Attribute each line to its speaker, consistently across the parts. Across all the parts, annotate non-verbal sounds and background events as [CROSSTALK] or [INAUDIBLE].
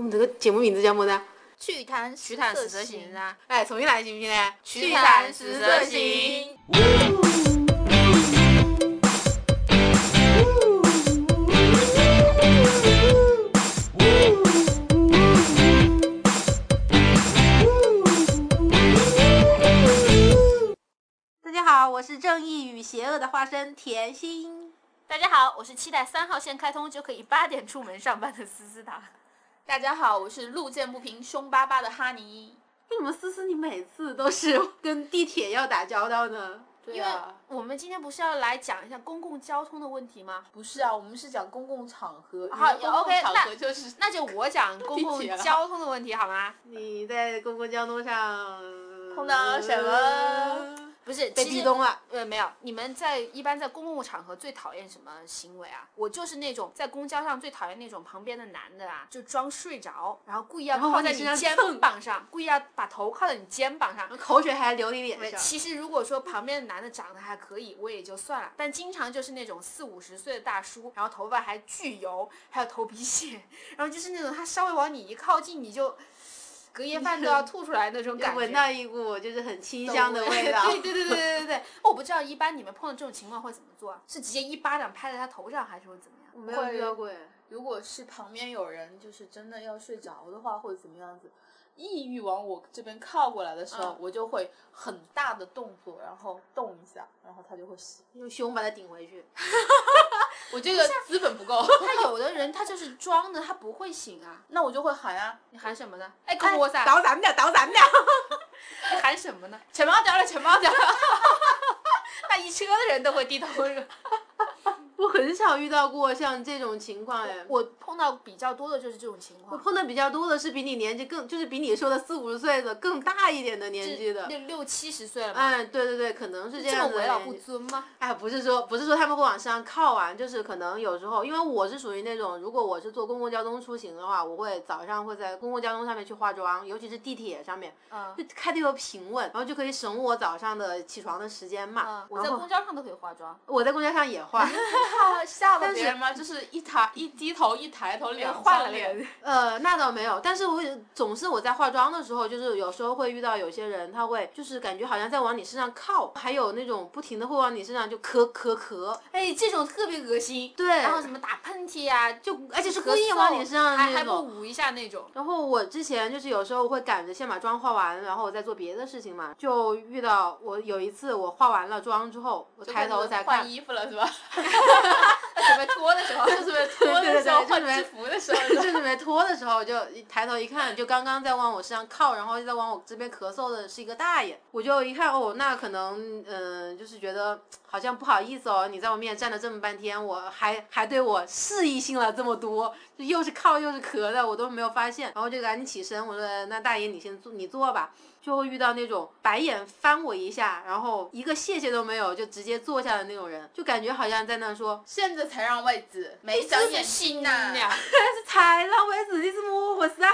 Speaker 1: 们这个节目名字叫么子啊？
Speaker 2: 曲坛曲
Speaker 3: 曲坛十色行
Speaker 2: 啊，
Speaker 1: 来，重新来行不行呢？
Speaker 2: 曲坛十色行。啊
Speaker 3: 大家好，我是正义与邪恶的化身甜心。
Speaker 2: 大家好，我是期待三号线开通就可以八点出门上班的思思达。大家好，我是路见不平凶巴巴的哈尼。
Speaker 3: 为什么思哎思你每次都是跟地铁要打交道呢？
Speaker 1: 对
Speaker 2: 因为
Speaker 1: 啊，
Speaker 2: 我们今天不是要来讲一下公共交通的问题吗？
Speaker 1: 不是啊，我们是讲公共场合。
Speaker 3: 啊
Speaker 2: 好
Speaker 1: 你的公
Speaker 2: OK，
Speaker 1: 共场
Speaker 2: 那
Speaker 1: 合就是
Speaker 2: 那就我 [LAUGHS] 讲公共
Speaker 1: 地铁了
Speaker 2: 交通的问题好吗？
Speaker 3: 你在公共交通上呃
Speaker 1: 碰到什么？
Speaker 2: 不是，
Speaker 3: 被
Speaker 2: 其
Speaker 3: 壁
Speaker 2: 实
Speaker 3: 咚了？
Speaker 2: 呃，没有，你们在一般在公共场合最讨厌什么行为啊？我就是那种在公交上最讨厌那种旁边的男的啊，就装睡着，然后故意要
Speaker 3: 然后
Speaker 2: 靠
Speaker 3: 往
Speaker 2: 在
Speaker 3: 你身
Speaker 2: 你
Speaker 3: 上
Speaker 2: 肩
Speaker 3: 蹭
Speaker 2: 膀上，故意要把头靠在你肩膀上。
Speaker 3: 口水还流你脸上，
Speaker 2: 其实如果说旁边的男的长得还可以，我也就算了，但经常就是那种四五十岁的大叔，然后头发还巨油，还有头皮屑，然后就是那种他稍微往你一靠近，你就隔夜饭都要吐出来那种
Speaker 3: 就
Speaker 2: 感觉，
Speaker 3: 闻到一股就是很清香的味道。
Speaker 2: [LAUGHS] 对对对对对对对，我不知道一般你们碰到这种情况会怎么做啊？是直接一巴掌拍在他头上，还是会怎么样？
Speaker 3: 我没有遇到过哎。
Speaker 1: 如果是旁边有人就是真的要睡着的话，或者怎么样子，意欲往我这边靠过来的时候，
Speaker 2: 嗯
Speaker 1: 我就会很大的动作，然后动一下，然后他就会醒。
Speaker 3: 用胸把它顶回去，
Speaker 1: 我这个资本不够， [LAUGHS]
Speaker 2: 他有的人他就是装的，他不会醒啊。
Speaker 1: 那我就会喊啊，
Speaker 2: 你喊什么呢？哎，跟我噻，
Speaker 3: 倒 [LAUGHS] 咱们俩，倒咱们俩。
Speaker 2: 你喊什么呢？
Speaker 1: 钱包掉了，钱包掉了。
Speaker 2: [LAUGHS] 那一车的人都会低头说。
Speaker 3: [LAUGHS] 我很少遇到过像这种情况哎。
Speaker 2: 我碰到比较多的就是这种情
Speaker 3: 我
Speaker 2: 况，
Speaker 3: 碰的比较多的是比你年纪更，就是比你说的四五十岁的更大一点的年纪的。
Speaker 2: 六六七十岁了嘛，
Speaker 3: 嗯，对对对，可能是这
Speaker 2: 这么
Speaker 3: 样子的
Speaker 2: 为老不
Speaker 3: 年纪。
Speaker 2: 尊吗？
Speaker 3: 哎，不是说不是说他们会往上靠啊，就是可能有时候，因为我是属于那种，如果我是坐公共交通出行的话，我会早上会在公共交通上面去化妆，尤其是地铁上面，
Speaker 2: 嗯
Speaker 3: 就开的又平稳，然后就可以省我早上的起床的时间嘛
Speaker 2: 嗯，。我在
Speaker 3: 然
Speaker 2: 公
Speaker 3: 后
Speaker 2: 交上都可以化妆，啊
Speaker 3: 我在公交上也化，
Speaker 1: 好吓到
Speaker 3: 但是
Speaker 1: 别人吗？就是一抬一低头一抬头两
Speaker 3: 嗯
Speaker 2: 换了
Speaker 1: 张脸，
Speaker 2: 脸。
Speaker 3: 呃，那倒没有，但是我有总是我在化妆的时候，就是有时候会遇到有些人，他会就是感觉好像在往你身上靠，还有那种不停的会往你身上就咳咳咳，
Speaker 2: 哎，这种特别恶心。
Speaker 3: 对
Speaker 2: 然后什么打喷嚏呀、就
Speaker 3: 而且是
Speaker 2: 咳
Speaker 3: 故意往你
Speaker 2: 嗽
Speaker 3: 身上的
Speaker 2: 还
Speaker 3: 那
Speaker 2: 还不
Speaker 3: 种
Speaker 2: 捂一下那种。
Speaker 3: 然后我之前就是有时候会赶着先把妆化完，然后我再做别的事情嘛，就遇到我有一次我化完了妆之后，我抬头才看
Speaker 1: 换，衣服
Speaker 3: [LAUGHS]
Speaker 1: 了是吧？
Speaker 2: 准备脱的时候，
Speaker 1: 就是被脱的时候
Speaker 3: 对对对就是
Speaker 1: 换
Speaker 3: 被
Speaker 1: 制服的时候，
Speaker 3: 就 [LAUGHS] 是没脱的时候，就一抬头一看，就刚刚在往我身上靠，然后就在往我这边咳嗽的是一个大爷，我就一看哦，那可能嗯、呃就是觉得好像不好意思哦，你在我面前站了这么半天，我还还对我示意性了这么多，就又是靠又是咳的，我都没有发现，然后就赶紧起身，我说那大爷你先坐，你坐吧。就会遇到那种白眼翻我一下，然后一个谢谢都没有就直接坐下的那种人，就感觉好像在那说
Speaker 1: 现在才让位置，没长眼睛呐、
Speaker 3: 啊才浪费自己是么回事啊？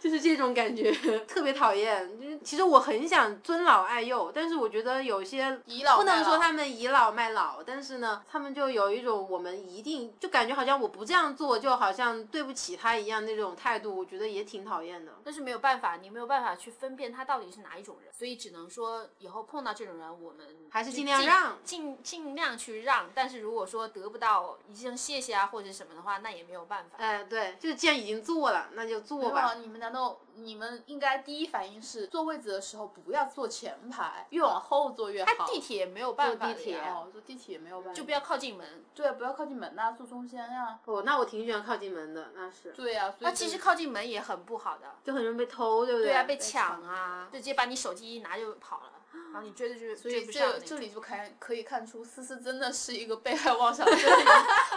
Speaker 3: 就是这种感觉， [LAUGHS] 特别讨厌。就是其实我很想尊老爱幼，但是我觉得有些。
Speaker 1: 倚老
Speaker 3: 不
Speaker 1: 卖
Speaker 3: 能
Speaker 1: 老
Speaker 3: 说他们倚老卖老，但是呢，他们就有一种我们一定就感觉好像我不这样做，就好像对不起他一样那种态度，我觉得也挺讨厌的。
Speaker 2: 但是没有办法，你没有办法去分辨他到底是哪一种人，所以只能说以后碰到这种人，我们
Speaker 3: 还是
Speaker 2: 就
Speaker 3: 尽量让
Speaker 2: 尽尽量去让。但是如果说得不到一声谢谢啊或者什么的话，那也没有办法。
Speaker 3: 哎、对，就是既然已经做了，那就做
Speaker 1: 哇，
Speaker 3: 吧。
Speaker 1: 哦你们难道你们应该第一反应是坐位子的时候不要坐前排，越往后坐越好。
Speaker 2: 他地铁没有办法
Speaker 3: 坐
Speaker 2: 的
Speaker 3: 地铁
Speaker 2: 呀，
Speaker 1: 哦，坐地铁
Speaker 3: 嗯
Speaker 1: 没有办法，
Speaker 2: 就不要靠近门。
Speaker 1: 对，不要靠近门呐、坐中间啊。
Speaker 3: 哦，那我挺喜欢靠近门的，那是
Speaker 1: 对啊呀、所以
Speaker 2: 那
Speaker 1: 就
Speaker 2: 其实靠近门也很不好的，
Speaker 3: 就很容易被啊偷，对不对？
Speaker 2: 对啊，被
Speaker 3: 对
Speaker 2: 抢啊，直接把你手机一拿就跑了，然后你追的就
Speaker 1: 所
Speaker 2: 追
Speaker 1: 以
Speaker 2: 不上
Speaker 1: 这
Speaker 2: 那
Speaker 1: 这
Speaker 2: 种。
Speaker 1: 里就看可以看出，思思真的是一个被害妄
Speaker 2: [LAUGHS]
Speaker 1: 想症的人。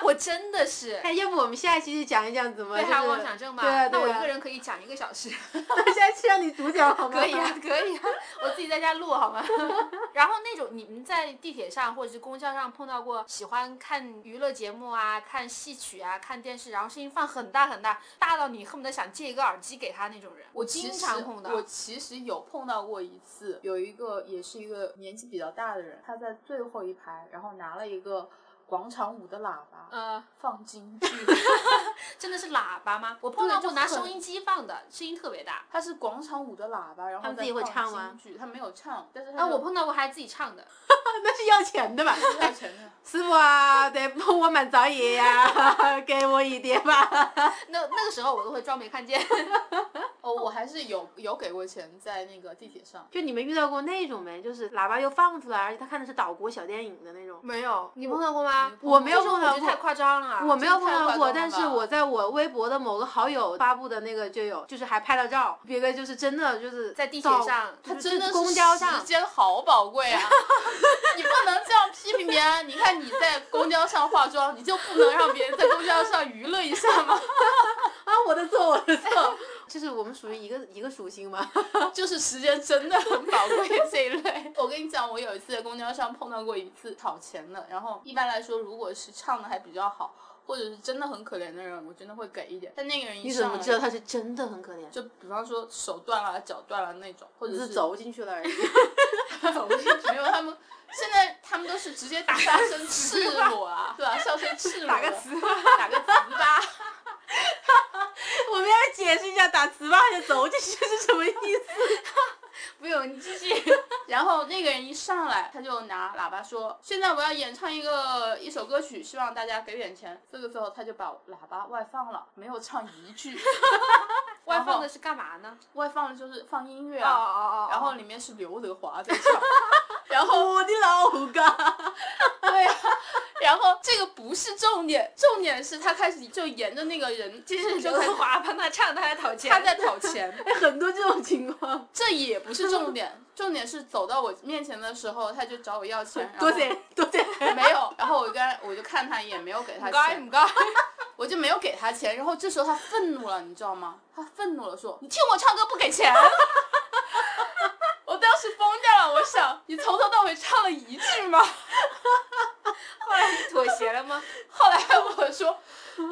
Speaker 2: 我真的是。
Speaker 3: 哎，要不我们下一期就讲一讲怎么
Speaker 2: 被害
Speaker 3: 就是
Speaker 2: 妄想症嘛，
Speaker 3: 对啊，
Speaker 2: 那我
Speaker 3: 对
Speaker 2: 一
Speaker 3: 啊
Speaker 2: 个人可以讲一个小时，
Speaker 3: 那下期让你主讲好吗？
Speaker 2: 可以
Speaker 3: [LAUGHS]
Speaker 2: [LAUGHS] 啊，可以啊，我自己在家录好吗？ [LAUGHS] 然后那种你们在地铁上或者是公交上碰到过喜欢看娱乐节目啊、看戏曲啊、看电视，然后声音放很大很大，大到你恨不得想借一个耳机给他那种人，我
Speaker 1: 其
Speaker 2: 经
Speaker 1: 实
Speaker 2: 常碰到。
Speaker 1: 我其实有碰到过一次，有一个也是一个年纪比较大的人，他在最后一排，然后拿了一个。广场舞的喇叭，
Speaker 2: 呃，
Speaker 1: 放京剧， [LAUGHS]
Speaker 2: 真的是喇叭吗？我碰到
Speaker 1: 对就
Speaker 2: 过拿
Speaker 1: 很
Speaker 2: 收音机放的，声音特别大。
Speaker 1: 它是广场舞的喇叭，然后
Speaker 3: 他们自己
Speaker 1: 再
Speaker 3: 会
Speaker 1: 放
Speaker 3: 唱吗
Speaker 1: 京剧，他没有唱，但是
Speaker 2: 啊，
Speaker 1: 啊
Speaker 2: 我碰到过还自己唱的，
Speaker 3: 那是要钱 [LAUGHS] 的吧？
Speaker 1: 要钱
Speaker 2: [LAUGHS]
Speaker 1: 的。
Speaker 3: 师傅啊，得帮我满早野呀， [LAUGHS] 给我一点吧。
Speaker 2: 那那个时候我都会装没看见。
Speaker 1: 哦，我还是有有给过钱在那个地铁上，
Speaker 3: [LAUGHS] 就你们遇到过那种没？就是喇叭又放出来，而且他看的是岛国小电影的那种。
Speaker 2: 没有，你碰到过吗？
Speaker 3: 我没有
Speaker 2: 这种
Speaker 3: 碰到
Speaker 2: 我觉得太
Speaker 3: 过
Speaker 2: 夸张了。啊
Speaker 3: 我没有碰
Speaker 1: 太
Speaker 3: 到
Speaker 1: 夸
Speaker 3: 过，
Speaker 1: 张
Speaker 3: 但
Speaker 1: 了
Speaker 3: 是
Speaker 1: 吧
Speaker 3: 我在我微博的某个好友发布的那个就有，就是还拍了照。别个就是真的就是
Speaker 2: 在地铁
Speaker 3: 到
Speaker 2: 上
Speaker 3: 就
Speaker 1: 它
Speaker 3: 是
Speaker 1: 真
Speaker 3: 就
Speaker 1: 的
Speaker 3: 是公交
Speaker 1: 时
Speaker 3: 上，
Speaker 1: 间好宝贵啊！ [LAUGHS] 你不能这样批评别人。你看你在公交上化妆，你就不能让别人在公交上娱乐一下吗？
Speaker 3: [LAUGHS]
Speaker 1: [LAUGHS]
Speaker 3: 啊，我的错，我的错， [LAUGHS] 就是我们属于一个一个属性嘛。
Speaker 1: 就是时间真的很宝贵这一
Speaker 3: [LAUGHS]
Speaker 1: 类。我跟你讲，我有一次在公交上碰到过一次讨钱的，然后一般来说，如果是唱的还比较好，或者是真的很可怜的人，我真的会给一点。但那个人一
Speaker 3: 你怎
Speaker 1: 上
Speaker 3: 么
Speaker 1: 来
Speaker 3: 知道 [LAUGHS] 他是真的很可怜？
Speaker 1: 就比方说手断了、脚断了那种，或者
Speaker 3: 只是
Speaker 1: 是
Speaker 3: 走进去了而已。
Speaker 1: 走进去，没有他们。现在他们都是直接打上 [LAUGHS] 身赤裸啊，对吧？上身赤裸，打
Speaker 3: 个糍
Speaker 2: [LAUGHS]
Speaker 1: 打个糍粑。
Speaker 3: 我们要解释一下，打糍粑还是走进去是什么意思？
Speaker 2: 不用，你继续。
Speaker 1: 然后那个人一上来，他就拿喇叭说：“现在我要演唱一个一首歌曲，希望大家给点钱。”这个时候他就把喇叭外放了，没有唱一句。 [LAUGHS]
Speaker 2: 外
Speaker 1: 然后
Speaker 2: 放的是干嘛呢？
Speaker 1: 外放的就是放音乐
Speaker 2: 哦
Speaker 1: 啊，
Speaker 2: 哦
Speaker 1: 然后里面是刘德华在唱。然后
Speaker 3: 我的老哥，
Speaker 1: 对呀、然后这个不是重点，重点是他开始就沿着那个人，就是就 [LAUGHS]
Speaker 2: 刘
Speaker 1: 开始
Speaker 2: 德华帮他唱，他还讨钱。
Speaker 1: 他在讨钱。
Speaker 3: 很多这种情况。
Speaker 1: 这也不是重点，重点是走到我面前的时候，他就找我要 [LAUGHS] 钱，然后
Speaker 3: 多谢多谢。
Speaker 1: 没有，然后我跟我就看他一眼，没有给他
Speaker 2: 唔该
Speaker 1: 钱，
Speaker 2: 唔该。
Speaker 1: 我就没有给他钱。然后这时候他愤怒了，你知道吗？他愤怒了，说：“你听我唱歌不给钱！”我当时疯掉了，我想你从头到尾唱了一句吗？
Speaker 2: 后来你妥协了吗？
Speaker 1: 后来我说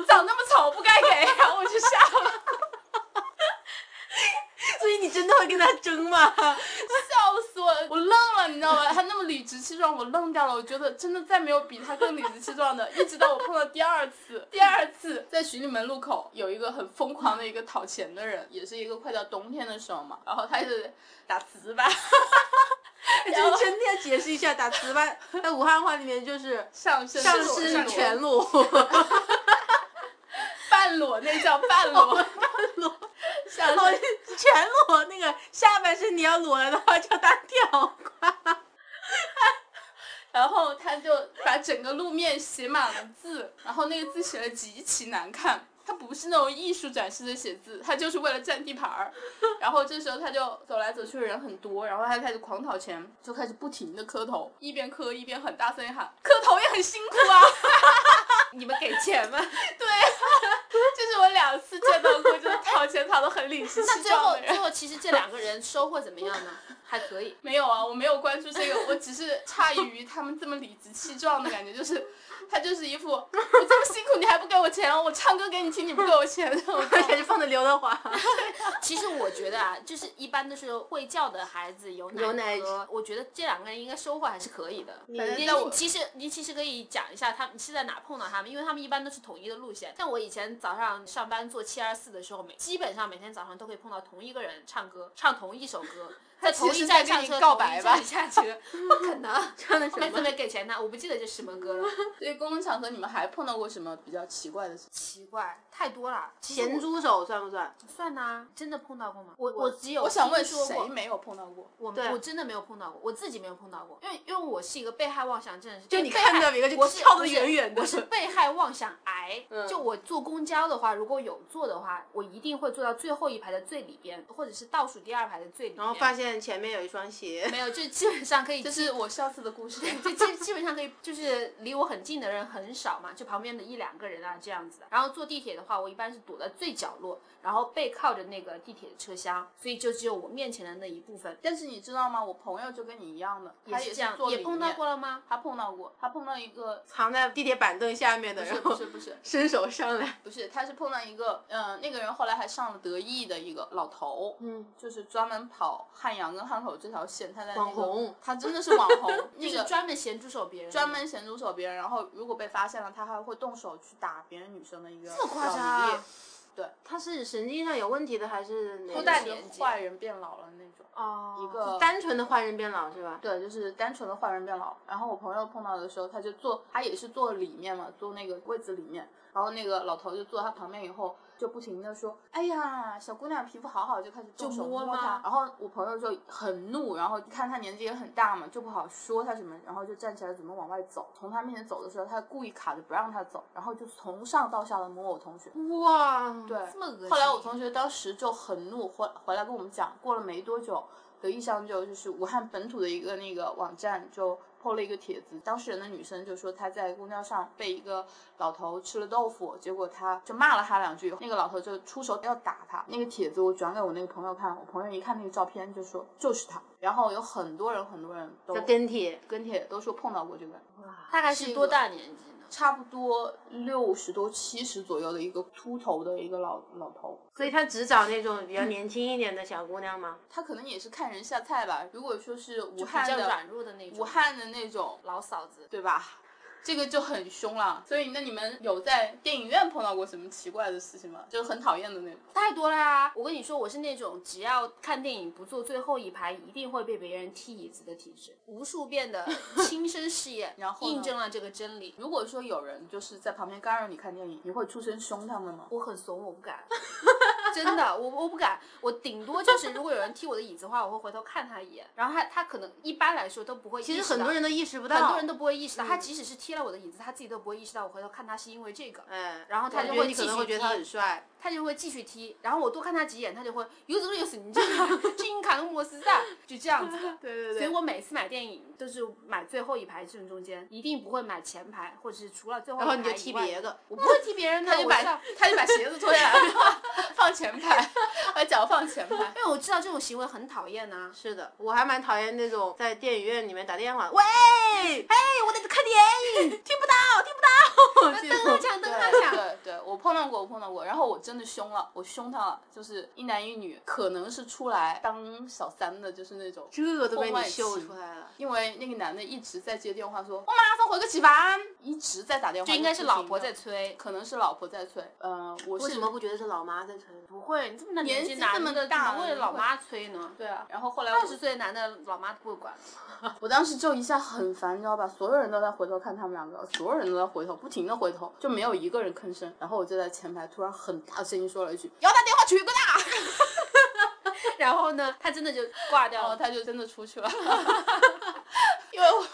Speaker 1: 长那么丑我不该给，然后我就下了。
Speaker 3: 所以你真的会跟他争吗？
Speaker 1: 笑死我了，我愣了，你知道吗？他那么理直气壮，我愣掉了。我觉得真的再没有比他更理直气壮 [LAUGHS] 的。一直到我碰到第二次，第二次在徐立门路口有一个很疯狂的一个讨钱的人，也是一个快到冬天的时候嘛，然后他就打糍粑，
Speaker 3: 就是真的要解释一下，打糍粑在武汉话里面就是
Speaker 1: 上身
Speaker 3: 上
Speaker 1: 裸
Speaker 3: 身全
Speaker 1: 裸
Speaker 3: 裸。
Speaker 1: 半裸，那叫 [LAUGHS] 半裸，上
Speaker 3: 然后
Speaker 1: 身
Speaker 3: 全裸，那个下半身你要裸了的话叫单挑。
Speaker 2: [LAUGHS]
Speaker 1: 然后他就把整个路面写满了字，然后那个字写的极其难看。他不是那种艺术展示的写字，他就是为了占地盘儿。然后这时候他就走来走去，人很多，然后他开始狂讨钱，就开始不停的磕头，一边磕一边很大声地喊：“磕头也很辛苦啊 [LAUGHS]
Speaker 2: 你们给钱吗？！”
Speaker 1: 这是我两次见到过，就是讨钱讨的很理直
Speaker 2: [LAUGHS] 那
Speaker 1: 气
Speaker 2: 最
Speaker 1: 壮
Speaker 2: 后
Speaker 1: 的人。
Speaker 2: 最后，其实这两个人收获怎么样呢？还可以。
Speaker 1: 没有啊，我没有关注这个，我只是诧异于他们这么理直气壮的感觉，就是他就是一副我这么辛苦你还不给我钱，哦我唱歌给你听你不给我钱，我
Speaker 3: 而
Speaker 2: [LAUGHS]
Speaker 3: 且是放的刘德华，
Speaker 2: 其实我觉得啊，就是一般都是会叫的孩子有
Speaker 3: 有奶
Speaker 2: 奶喝，我觉得这两个人应该收获还是可以的。
Speaker 3: 你
Speaker 1: 反正
Speaker 2: 您
Speaker 1: 在我
Speaker 2: 其实您其实可以讲一下他们是在哪碰到他们，因为他们一般都是统一的路线。像我以前早上上班做七二四的时候，每基本上每天早上都可以碰到同一个人唱歌，唱同一首歌，在同
Speaker 1: 其
Speaker 2: 一
Speaker 1: 实
Speaker 2: 站
Speaker 1: 在
Speaker 2: 上
Speaker 1: 跟你
Speaker 2: 车，
Speaker 1: 告
Speaker 2: 同一
Speaker 1: 白
Speaker 2: 站
Speaker 1: 吧
Speaker 2: 下车，不可能。
Speaker 3: 唱的什
Speaker 2: 每次
Speaker 3: 么？
Speaker 2: 没给钱他，我不记得这什么歌
Speaker 3: [LAUGHS]
Speaker 2: 了，
Speaker 1: 所以公共场合你们还碰到过什么比较奇怪的事情？
Speaker 2: 奇怪，太多了。其实
Speaker 3: 咸
Speaker 2: 我
Speaker 3: 猪手算不算？
Speaker 2: 算呐、真的碰到过吗？我我只有
Speaker 1: 我想问
Speaker 2: 听说过
Speaker 1: 谁没有碰到过？
Speaker 2: 我
Speaker 3: 对
Speaker 2: 我真的没有碰到过，我自己没有碰到过，因为因为我是一个被害妄想症，
Speaker 3: 就
Speaker 2: 就
Speaker 3: 你看到一个就
Speaker 2: 我是
Speaker 3: 跳得
Speaker 2: 不是
Speaker 3: 远远的
Speaker 2: 我是被害妄想癌。
Speaker 3: 嗯
Speaker 2: 就我坐公交的话，如果有坐的话，我一定会坐到最后一排的最里边，或者是倒数第二排的最里边。
Speaker 3: 然后发现前面有一双鞋，
Speaker 2: 没有，
Speaker 3: [LAUGHS]
Speaker 2: 就基本上可以，
Speaker 1: 这是我上次的故 [LAUGHS] 事。
Speaker 2: 就基基本上可以，就是离我很近的人很少嘛，就旁边的一两个人啊这样子的。然后坐地铁的话，我一般是躲在最角落，然后背靠着那个地铁的车厢，所以就只有我面前的那一部分。
Speaker 1: 但是你知道吗？我朋友就跟你一样的，他
Speaker 2: 是
Speaker 1: 是
Speaker 2: 这样，
Speaker 1: 坐
Speaker 2: 也
Speaker 1: 里
Speaker 2: 碰到
Speaker 1: 面
Speaker 2: 过，了吗？
Speaker 1: 他碰到过，他碰到一个
Speaker 3: 藏在地铁板凳下面
Speaker 1: 不
Speaker 3: 的，
Speaker 1: 是
Speaker 3: 然
Speaker 1: 不
Speaker 3: 后
Speaker 1: 是不 [LAUGHS] 是
Speaker 3: 伸手上来。
Speaker 1: 不是，他是碰到呃一个，嗯、那个人后来还上了德艺的一个老头，
Speaker 3: 嗯，
Speaker 1: 就是专门跑汉阳跟汉口这条线，他在、那个、
Speaker 3: 网红
Speaker 1: 他 [LAUGHS] 真的是网红，那
Speaker 2: 就是
Speaker 1: 个
Speaker 2: 专门咸猪手别人，
Speaker 1: 专门咸猪手别人，然后如果被发现了，他还会动手去打别人女生的一个这
Speaker 2: 么夸张啊
Speaker 3: 他是神经上有问题的还是哪
Speaker 2: 不
Speaker 3: 个
Speaker 2: 带
Speaker 3: 是
Speaker 2: 脸
Speaker 1: 就是坏人变老了那种。
Speaker 2: 哦
Speaker 1: 一个
Speaker 3: 单纯的坏人变老是吧？
Speaker 1: 对，就是单纯的坏人变老。然后我朋友碰到的时候，他就坐，他也是坐里面嘛，坐那个位子里面。然后那个老头就坐他旁边以后，就不停的说：“哎呀，小姑娘皮肤好好。”就开始动手
Speaker 2: 摸
Speaker 1: 摸她
Speaker 2: 吗。
Speaker 1: 然后我朋友就很怒，然后看他年纪也很大嘛，就不好说他什么，然后就站起来准备往外走。从他面前走的时候，他故意卡着不让他走，然后就从上到下的摸我同学。
Speaker 3: 哇，
Speaker 1: 对，
Speaker 2: 这么恶心。
Speaker 1: 后来我同学当时就很怒，回回来跟我们讲，过了没多久，有一箱就就是武汉本土的一个那个网站就 PO 了一个帖子，当事人的女生就说她在公交上被一个老头吃了豆腐，结果她就骂了他两句，那个老头就出手要打他。那个帖子我转给我那个朋友看，我朋友一看那个照片就说就是他，然后有很多人很多人都
Speaker 3: 叫跟帖，
Speaker 1: 跟帖都说碰到过这个人，
Speaker 2: 大概
Speaker 1: 是
Speaker 2: 是
Speaker 1: 一
Speaker 2: 多
Speaker 1: 个
Speaker 2: 大年纪呢？
Speaker 1: 差不多六十多七十左右的一个秃头的一个老老头。
Speaker 3: 所以他只找那种比较年轻一点的小姑娘吗？
Speaker 1: 他可能也是看人下菜吧。如果说是武
Speaker 2: 比
Speaker 1: 汉
Speaker 2: 较
Speaker 1: 的
Speaker 2: 软弱的那种，
Speaker 1: 武汉的那种，
Speaker 2: 老嫂子。
Speaker 1: 对吧？这个就很凶了。所以那你们有在电影院碰到过什么奇怪的事情吗？就是很讨厌的那种。
Speaker 2: 太多啦、我跟你说，我是那种只要看电影不坐最后一排，一定会被别人踢椅子的体质，无数遍的 [LAUGHS] 亲身试验，然
Speaker 1: 后呢
Speaker 2: 印证了这个真理。
Speaker 1: 如果说有人就是在旁边干扰你看电影，你会出声凶他们吗？
Speaker 2: 我很怂，我不
Speaker 3: [LAUGHS]
Speaker 2: 敢，真的，我我不敢，我顶多就是如果有人踢我的椅子的话，我会回头看他一眼，然后他他可能一般来说都不会意识
Speaker 3: 其
Speaker 2: 到，
Speaker 3: 实很多人都意识不到，嗯
Speaker 2: 很多人都不会意识到，他即使是踢了我的椅子，他自己都不会意识到我回头看他是因为这个，
Speaker 3: 哎，
Speaker 2: 然后他
Speaker 3: 我
Speaker 2: 就
Speaker 3: 觉得
Speaker 2: 会
Speaker 3: 你
Speaker 2: 继
Speaker 3: 可
Speaker 2: 续
Speaker 3: 能会觉得
Speaker 2: 踢
Speaker 3: 他很帅，
Speaker 2: 他就会继续踢，然后我多看他几眼，他就会有种有死你这个金扛莫斯萨，就这样子
Speaker 3: [LAUGHS]
Speaker 2: 的。
Speaker 3: 对对
Speaker 2: 所以我每次买电影都是买最后一排正中间，一定不会买前排，或者是除了最后一
Speaker 3: 然
Speaker 2: 排
Speaker 3: 后你就踢别
Speaker 2: 的，
Speaker 3: 的，
Speaker 2: 我不会踢别人的，
Speaker 1: 他就
Speaker 2: 我
Speaker 1: 把
Speaker 3: [LAUGHS]
Speaker 2: 知道
Speaker 1: 他就把鞋子脱下 [LAUGHS] 来放前排，把脚放前排。
Speaker 2: 因为我知道这种行为很讨厌啊呐、
Speaker 3: 是的，我还蛮讨厌那种在电影院里面打电话，喂，哎，我在这看电影，听不到，听不到，这
Speaker 2: 灯
Speaker 3: 种
Speaker 2: 啊抢，
Speaker 1: 对
Speaker 2: 灯啊抢，
Speaker 1: 对对，我碰到过，我碰到过，然后我真的凶了，我凶他了，就是一男一女，可能是出来当小三的，就是那种，
Speaker 3: 这都被
Speaker 1: 婚
Speaker 3: 你
Speaker 1: 外
Speaker 3: 秀
Speaker 1: 情
Speaker 3: 出来了。
Speaker 1: 因为那个男的一直在接电话说，我马上回个几番，一直在打电话，
Speaker 2: 就应该是
Speaker 1: 不停
Speaker 2: 老婆
Speaker 1: 地
Speaker 2: 在，催。
Speaker 1: 可能是老婆在催。嗯、我
Speaker 3: 为
Speaker 1: 是
Speaker 3: 什么不觉得是老妈在催？
Speaker 2: 不会，你这么大
Speaker 1: 年纪
Speaker 2: 纪男
Speaker 1: 这
Speaker 2: 的
Speaker 1: 么大
Speaker 2: 怎么为
Speaker 1: 了
Speaker 2: 了老
Speaker 1: 会
Speaker 2: 妈催呢？
Speaker 1: 对啊，然后后来
Speaker 2: 二
Speaker 1: 我
Speaker 2: 十岁男的老妈不会管了，
Speaker 1: 我当时就一下很烦，你知道吧？所有人都在回头看他们两个，所有人都在回头，不停的回头，就没有一个人吭声。然后我就在前排突然很大声音说了
Speaker 2: [LAUGHS]
Speaker 1: 一句：“要打电话取个大。”
Speaker 2: 然后呢，他真的就挂掉
Speaker 1: 然后
Speaker 2: 了。
Speaker 1: 哦他就真的出去了，因为我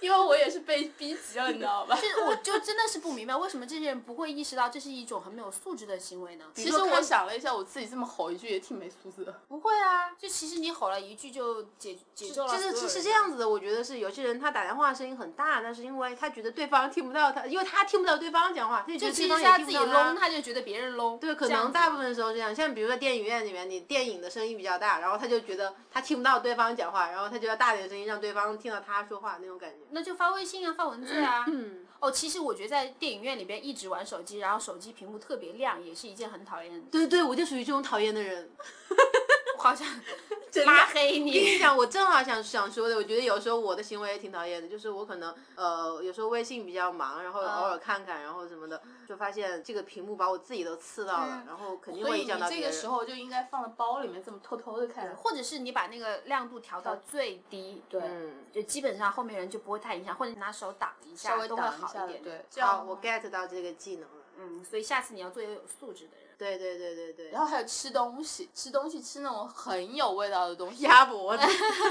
Speaker 1: 因为我也是被逼急了，你知道
Speaker 3: [LAUGHS]
Speaker 1: 吧？
Speaker 2: 就是 [LAUGHS] 我就真的是不明白，为什么这些人不会意识到这是一种很没有素质的行为呢？
Speaker 1: 其实我想了一下，我自己这么吼一句也挺没素质的。
Speaker 2: 不会啊，就其实你吼了一句就解解救了
Speaker 3: 就
Speaker 2: 所有人，
Speaker 3: 是是是这样子的，我觉得是有些人他打电话声音很大，但是因为他觉得对方听不到他，因为他听不到对方讲话，他就觉
Speaker 2: 就
Speaker 3: 得
Speaker 2: 其
Speaker 3: 对
Speaker 2: 实
Speaker 3: 方
Speaker 2: 是
Speaker 3: 也
Speaker 2: 他
Speaker 3: 听
Speaker 2: 自
Speaker 3: 不
Speaker 2: 己
Speaker 3: 到
Speaker 2: 聋，他就觉得别人聋。
Speaker 3: 对，可
Speaker 2: 这样
Speaker 3: 能
Speaker 2: 子
Speaker 3: 大部分时候这样，像比如说电影院里面，你电影的声音比较大，然后他就觉得他听不到对方讲话，然后他就要大点声音让对方听到他说话那种感觉。
Speaker 2: 那就 [LAUGHS] 发微信啊，发文字啊。
Speaker 3: 嗯
Speaker 2: 哦，其实我觉得在电影院里边一直玩手机，然后手机屏幕特别亮，也是一件很讨厌的。
Speaker 3: 对对，我就属于这种讨厌的人。
Speaker 2: 我
Speaker 3: [LAUGHS]
Speaker 2: 好像拉黑
Speaker 3: 我跟
Speaker 2: 你。
Speaker 3: 你讲，我正好想想说的，我觉得有时候我的行为也挺讨厌的，就是我可能呃有时候微信比较忙，然后偶
Speaker 2: 嗯
Speaker 3: 尔看看，然后什么的，就发现这个屏幕把我自己都刺到
Speaker 2: 嗯
Speaker 3: 了，然后肯定
Speaker 1: 所
Speaker 3: 会
Speaker 1: 以
Speaker 3: 影
Speaker 1: 你
Speaker 3: 响到
Speaker 1: 这
Speaker 3: 别
Speaker 1: 个
Speaker 3: 人。
Speaker 1: 时候就应该放到包里面，这么偷偷的看。
Speaker 2: 或者是你把那个亮度调到最低，
Speaker 1: 对，
Speaker 3: 嗯，
Speaker 2: 就基本上后面人就不会太影响，或者拿手挡一下
Speaker 1: 稍微
Speaker 2: 都会
Speaker 1: 挡一
Speaker 2: 好
Speaker 1: 下，
Speaker 2: 点。
Speaker 1: 对，这
Speaker 3: 好，
Speaker 1: 样
Speaker 3: 我 get 到这个技能了。
Speaker 2: 嗯，所以下次你要做一个有素质的人。
Speaker 3: 对对对对对，
Speaker 1: 然后还有吃东西，吃东西吃那种很有味道的东西，
Speaker 3: 鸭 [LAUGHS] 脖子，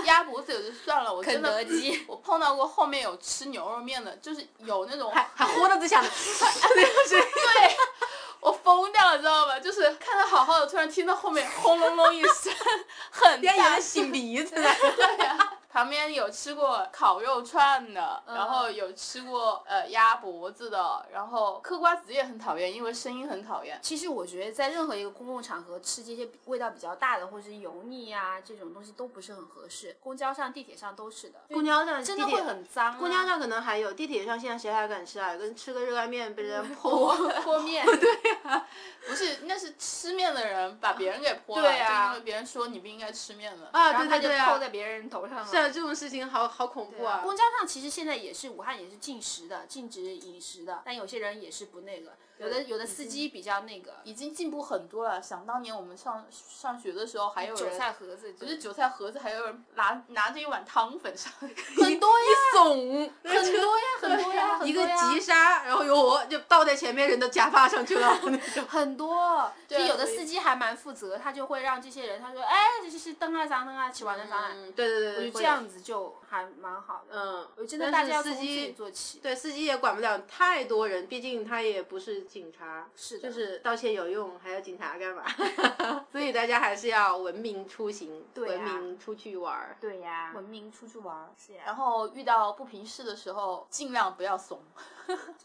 Speaker 1: 鸭脖子也就算了，我真
Speaker 2: 肯德
Speaker 1: 的
Speaker 2: 基。
Speaker 1: 我碰到过后面有吃牛肉面的，就是有那种
Speaker 3: 还还豁到自己
Speaker 2: [LAUGHS]
Speaker 3: 想的，那个声音
Speaker 1: 我疯掉了，知道吧？就是看他好好的，突然听到后面轰隆隆一声，很
Speaker 3: 人
Speaker 1: [LAUGHS]
Speaker 3: 家有
Speaker 1: 大
Speaker 3: 点擤鼻子。
Speaker 1: 对呀、旁边有吃过烤肉串的，然后有吃过呃鸭脖子的，然后嗑瓜子也很讨厌，因为声音很讨厌。
Speaker 2: 其实我觉得在任何一个公共场合吃这些味道比较大的，或是油腻呀、这种东西都不是很合适。公交上、地铁上都是的，
Speaker 3: 公交上
Speaker 2: 真的
Speaker 3: 地铁
Speaker 2: 会很脏、啊。
Speaker 3: 公交上可能还有，地铁上现在谁还敢吃啊？跟吃个热干面被人
Speaker 2: 嗯
Speaker 3: 家泼。
Speaker 1: 泼
Speaker 3: [LAUGHS]
Speaker 1: 面，对呀、不是，那是吃面的人把别人给泼了，
Speaker 2: 对呀
Speaker 1: 就因为别人说你不应该吃面的。
Speaker 3: 啊，
Speaker 2: 然
Speaker 3: 对
Speaker 2: 后他
Speaker 3: 对
Speaker 2: 就
Speaker 3: 对
Speaker 2: 扣
Speaker 3: 啊！
Speaker 2: 在别人头上了。
Speaker 3: 是啊，这种事情好好恐怖啊！
Speaker 2: 公交上其实现在也是武汉也是禁食的，禁止饮食的，但有些人也是不那个，有的有的司机比较那个，
Speaker 1: 已经进步很多了。想当年我们上上学的时候，还有
Speaker 2: 韭
Speaker 1: 人
Speaker 2: 菜盒子
Speaker 1: 不
Speaker 2: 就是
Speaker 1: 韭菜盒子，还有人拿拿着一碗汤粉上来。
Speaker 2: [LAUGHS] 很多呀，
Speaker 3: 怂，
Speaker 2: 很多呀，很多呀，
Speaker 3: 一
Speaker 2: 很多
Speaker 3: 个
Speaker 2: 呀
Speaker 3: 急刹，然后由我就倒在前面人的假发上去
Speaker 2: [LAUGHS]
Speaker 3: 了。
Speaker 2: 很多，就
Speaker 1: 对
Speaker 2: 有的
Speaker 1: 所以
Speaker 2: 司机还蛮负责，他就会让这些人，他说，哎，这是是灯啊，咱灯啊，吃完了咱来，
Speaker 3: 嗯，对对对
Speaker 2: 我觉
Speaker 3: 对，
Speaker 2: 得这
Speaker 3: 会有。
Speaker 2: 样子就还蛮好的。
Speaker 3: 嗯，
Speaker 2: 我真的大
Speaker 3: 但是
Speaker 2: 家要从
Speaker 3: 司
Speaker 2: 自己
Speaker 3: 机
Speaker 2: 做起。
Speaker 3: 对司机也管不了太多人，毕竟他也不是警察，
Speaker 2: 是的
Speaker 3: 就是道歉有用，还要警察干
Speaker 2: [LAUGHS]
Speaker 3: 嘛？所以大家还是要文明出行，
Speaker 2: 对啊
Speaker 3: 文明出去玩儿。
Speaker 2: 对呀，
Speaker 1: 文明出去玩，
Speaker 2: 是呀。
Speaker 1: 然后遇到不平事的时候，尽量不要怂。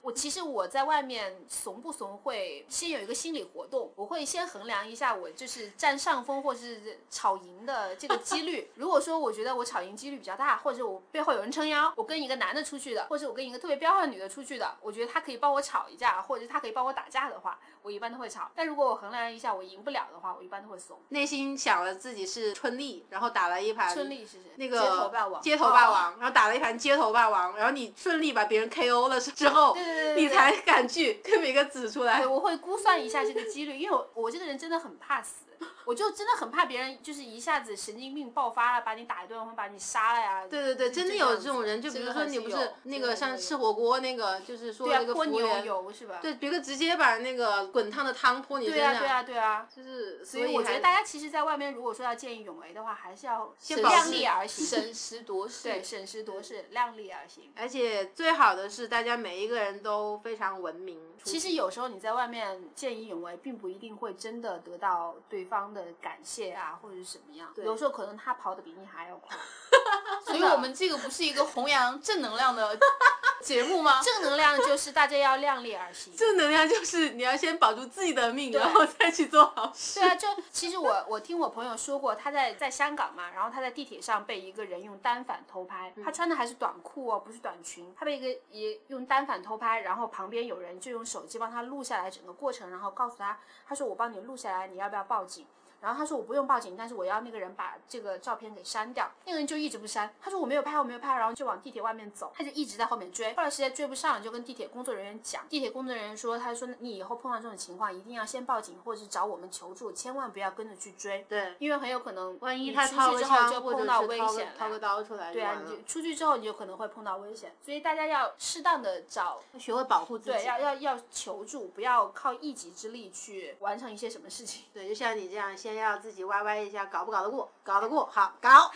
Speaker 2: 我其实我在外面怂不怂会先有一个心理活动，我会先衡量一下我就是占上风或是吵赢的这个几率。 [LAUGHS] 如果说我觉得我吵赢几率比较大，或者我背后有人撑腰，我跟一个男的出去的，或者我跟一个特别彪悍的女的出去的，我觉得他可以帮我吵一架，或者他可以帮我打架的话，我一般都会吵。但如果我衡量一下我赢不了的话，我一般都会怂。
Speaker 3: 内心想了自己是春丽，然后打了一盘
Speaker 2: 春丽是谁？
Speaker 3: 那个
Speaker 2: 街头霸王哦
Speaker 3: 街头霸王，然后打了一盘街头霸王，然后你顺利把别人 KO 了之后，
Speaker 2: 对对对对对
Speaker 3: 你才敢去跟别个指出来
Speaker 2: 对，。我会估算一下这个几率，因为我我这个人真的很怕死，我就真的很怕别人就是一下子神经病爆发了，把你打一顿，或把你杀了呀。
Speaker 3: 对对对，真的有这种人，就
Speaker 1: 这
Speaker 3: 比
Speaker 1: 个
Speaker 3: 如
Speaker 1: 还
Speaker 3: 说
Speaker 1: 是
Speaker 3: 你不
Speaker 1: 有
Speaker 3: 是
Speaker 1: 这
Speaker 3: 那
Speaker 1: 个
Speaker 3: 个
Speaker 1: 还
Speaker 3: 像
Speaker 1: 是
Speaker 3: 吃火锅那个，就是说
Speaker 2: 对啊
Speaker 3: 那，个服务
Speaker 2: 泼牛
Speaker 3: 员，
Speaker 2: 油是吧？
Speaker 3: 对，别个直接把那个滚烫的汤泼你身
Speaker 2: 对啊，
Speaker 3: 上，
Speaker 2: 对啊，对啊。
Speaker 3: 就是所
Speaker 2: 所以我觉
Speaker 3: 还
Speaker 2: 得大家其实，在外面如果说要见义勇为的话，还是要
Speaker 3: 先保
Speaker 2: 量
Speaker 3: 持
Speaker 2: 力而行， [LAUGHS]
Speaker 1: 审时度势，
Speaker 2: 对，审时度势，量力而行。
Speaker 3: 而且最好的是大家每一个人都非常文明。
Speaker 2: 其实有时候你在外面见义勇为，并不一定会真的得到对方的感谢啊，或者是什么样。有时候可能他跑得比你还要快。
Speaker 1: 所以我们这个不是一个弘扬正能量的节目吗？
Speaker 2: 正能量就是大家要量力而行。
Speaker 3: 正能量就是你要先保住自己的命，然后再去做好事。
Speaker 2: 对啊，就其实我我听我朋友说过，他在在香港嘛，然后他在地铁上被一个人用单反偷拍，他穿的还是短裤哦，不是短裙，他被一个也用单反偷拍，然后旁边有人就用手机帮他录下来整个过程，然后告诉他，他说我帮你录下来，你要不要报警？然后他说我不用报警，但是我要那个人把这个照片给删掉。那个人就一直不删，他说我没有拍，我没有拍，然后就往地铁外面走，他就一直在后面追。后来实在追不上，就跟地铁工作人员讲，地铁工作人员说，他说你以后碰到这种情况，一定要先报警或者是找我们求助，千万不要跟着去追，
Speaker 3: 对，
Speaker 2: 因为很有可能
Speaker 3: 万一
Speaker 2: 你
Speaker 3: 他
Speaker 2: 出
Speaker 3: 掏
Speaker 2: 去
Speaker 3: 个
Speaker 2: 之后
Speaker 3: 枪
Speaker 2: 就
Speaker 3: 或者
Speaker 2: 碰
Speaker 3: 是
Speaker 2: 到
Speaker 3: 掏
Speaker 2: 危
Speaker 3: 个
Speaker 2: 险了。
Speaker 3: 掏个刀嗯出来就
Speaker 2: 对
Speaker 3: 完
Speaker 2: 啊，
Speaker 3: 了，
Speaker 2: 你就出去之后你就可能会碰到危险，所以大家要适当的找
Speaker 3: 学会保护自己。
Speaker 2: 对，要要要求助，不要靠一己之力去完成一些什么
Speaker 3: [LAUGHS]
Speaker 2: 事情。
Speaker 3: 对，就像你这样，先要自己 YY 一下，搞不搞得过？搞得过，好搞。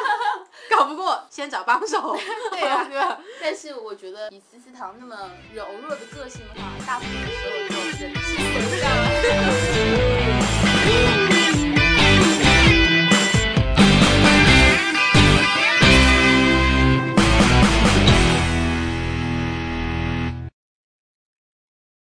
Speaker 3: [LAUGHS] 搞不过，先找帮手。 [LAUGHS] 对
Speaker 1: 呀
Speaker 3: 对吧？
Speaker 1: [LAUGHS] 但是我觉得以思思糖那么柔弱的个性的话，大部分时候都是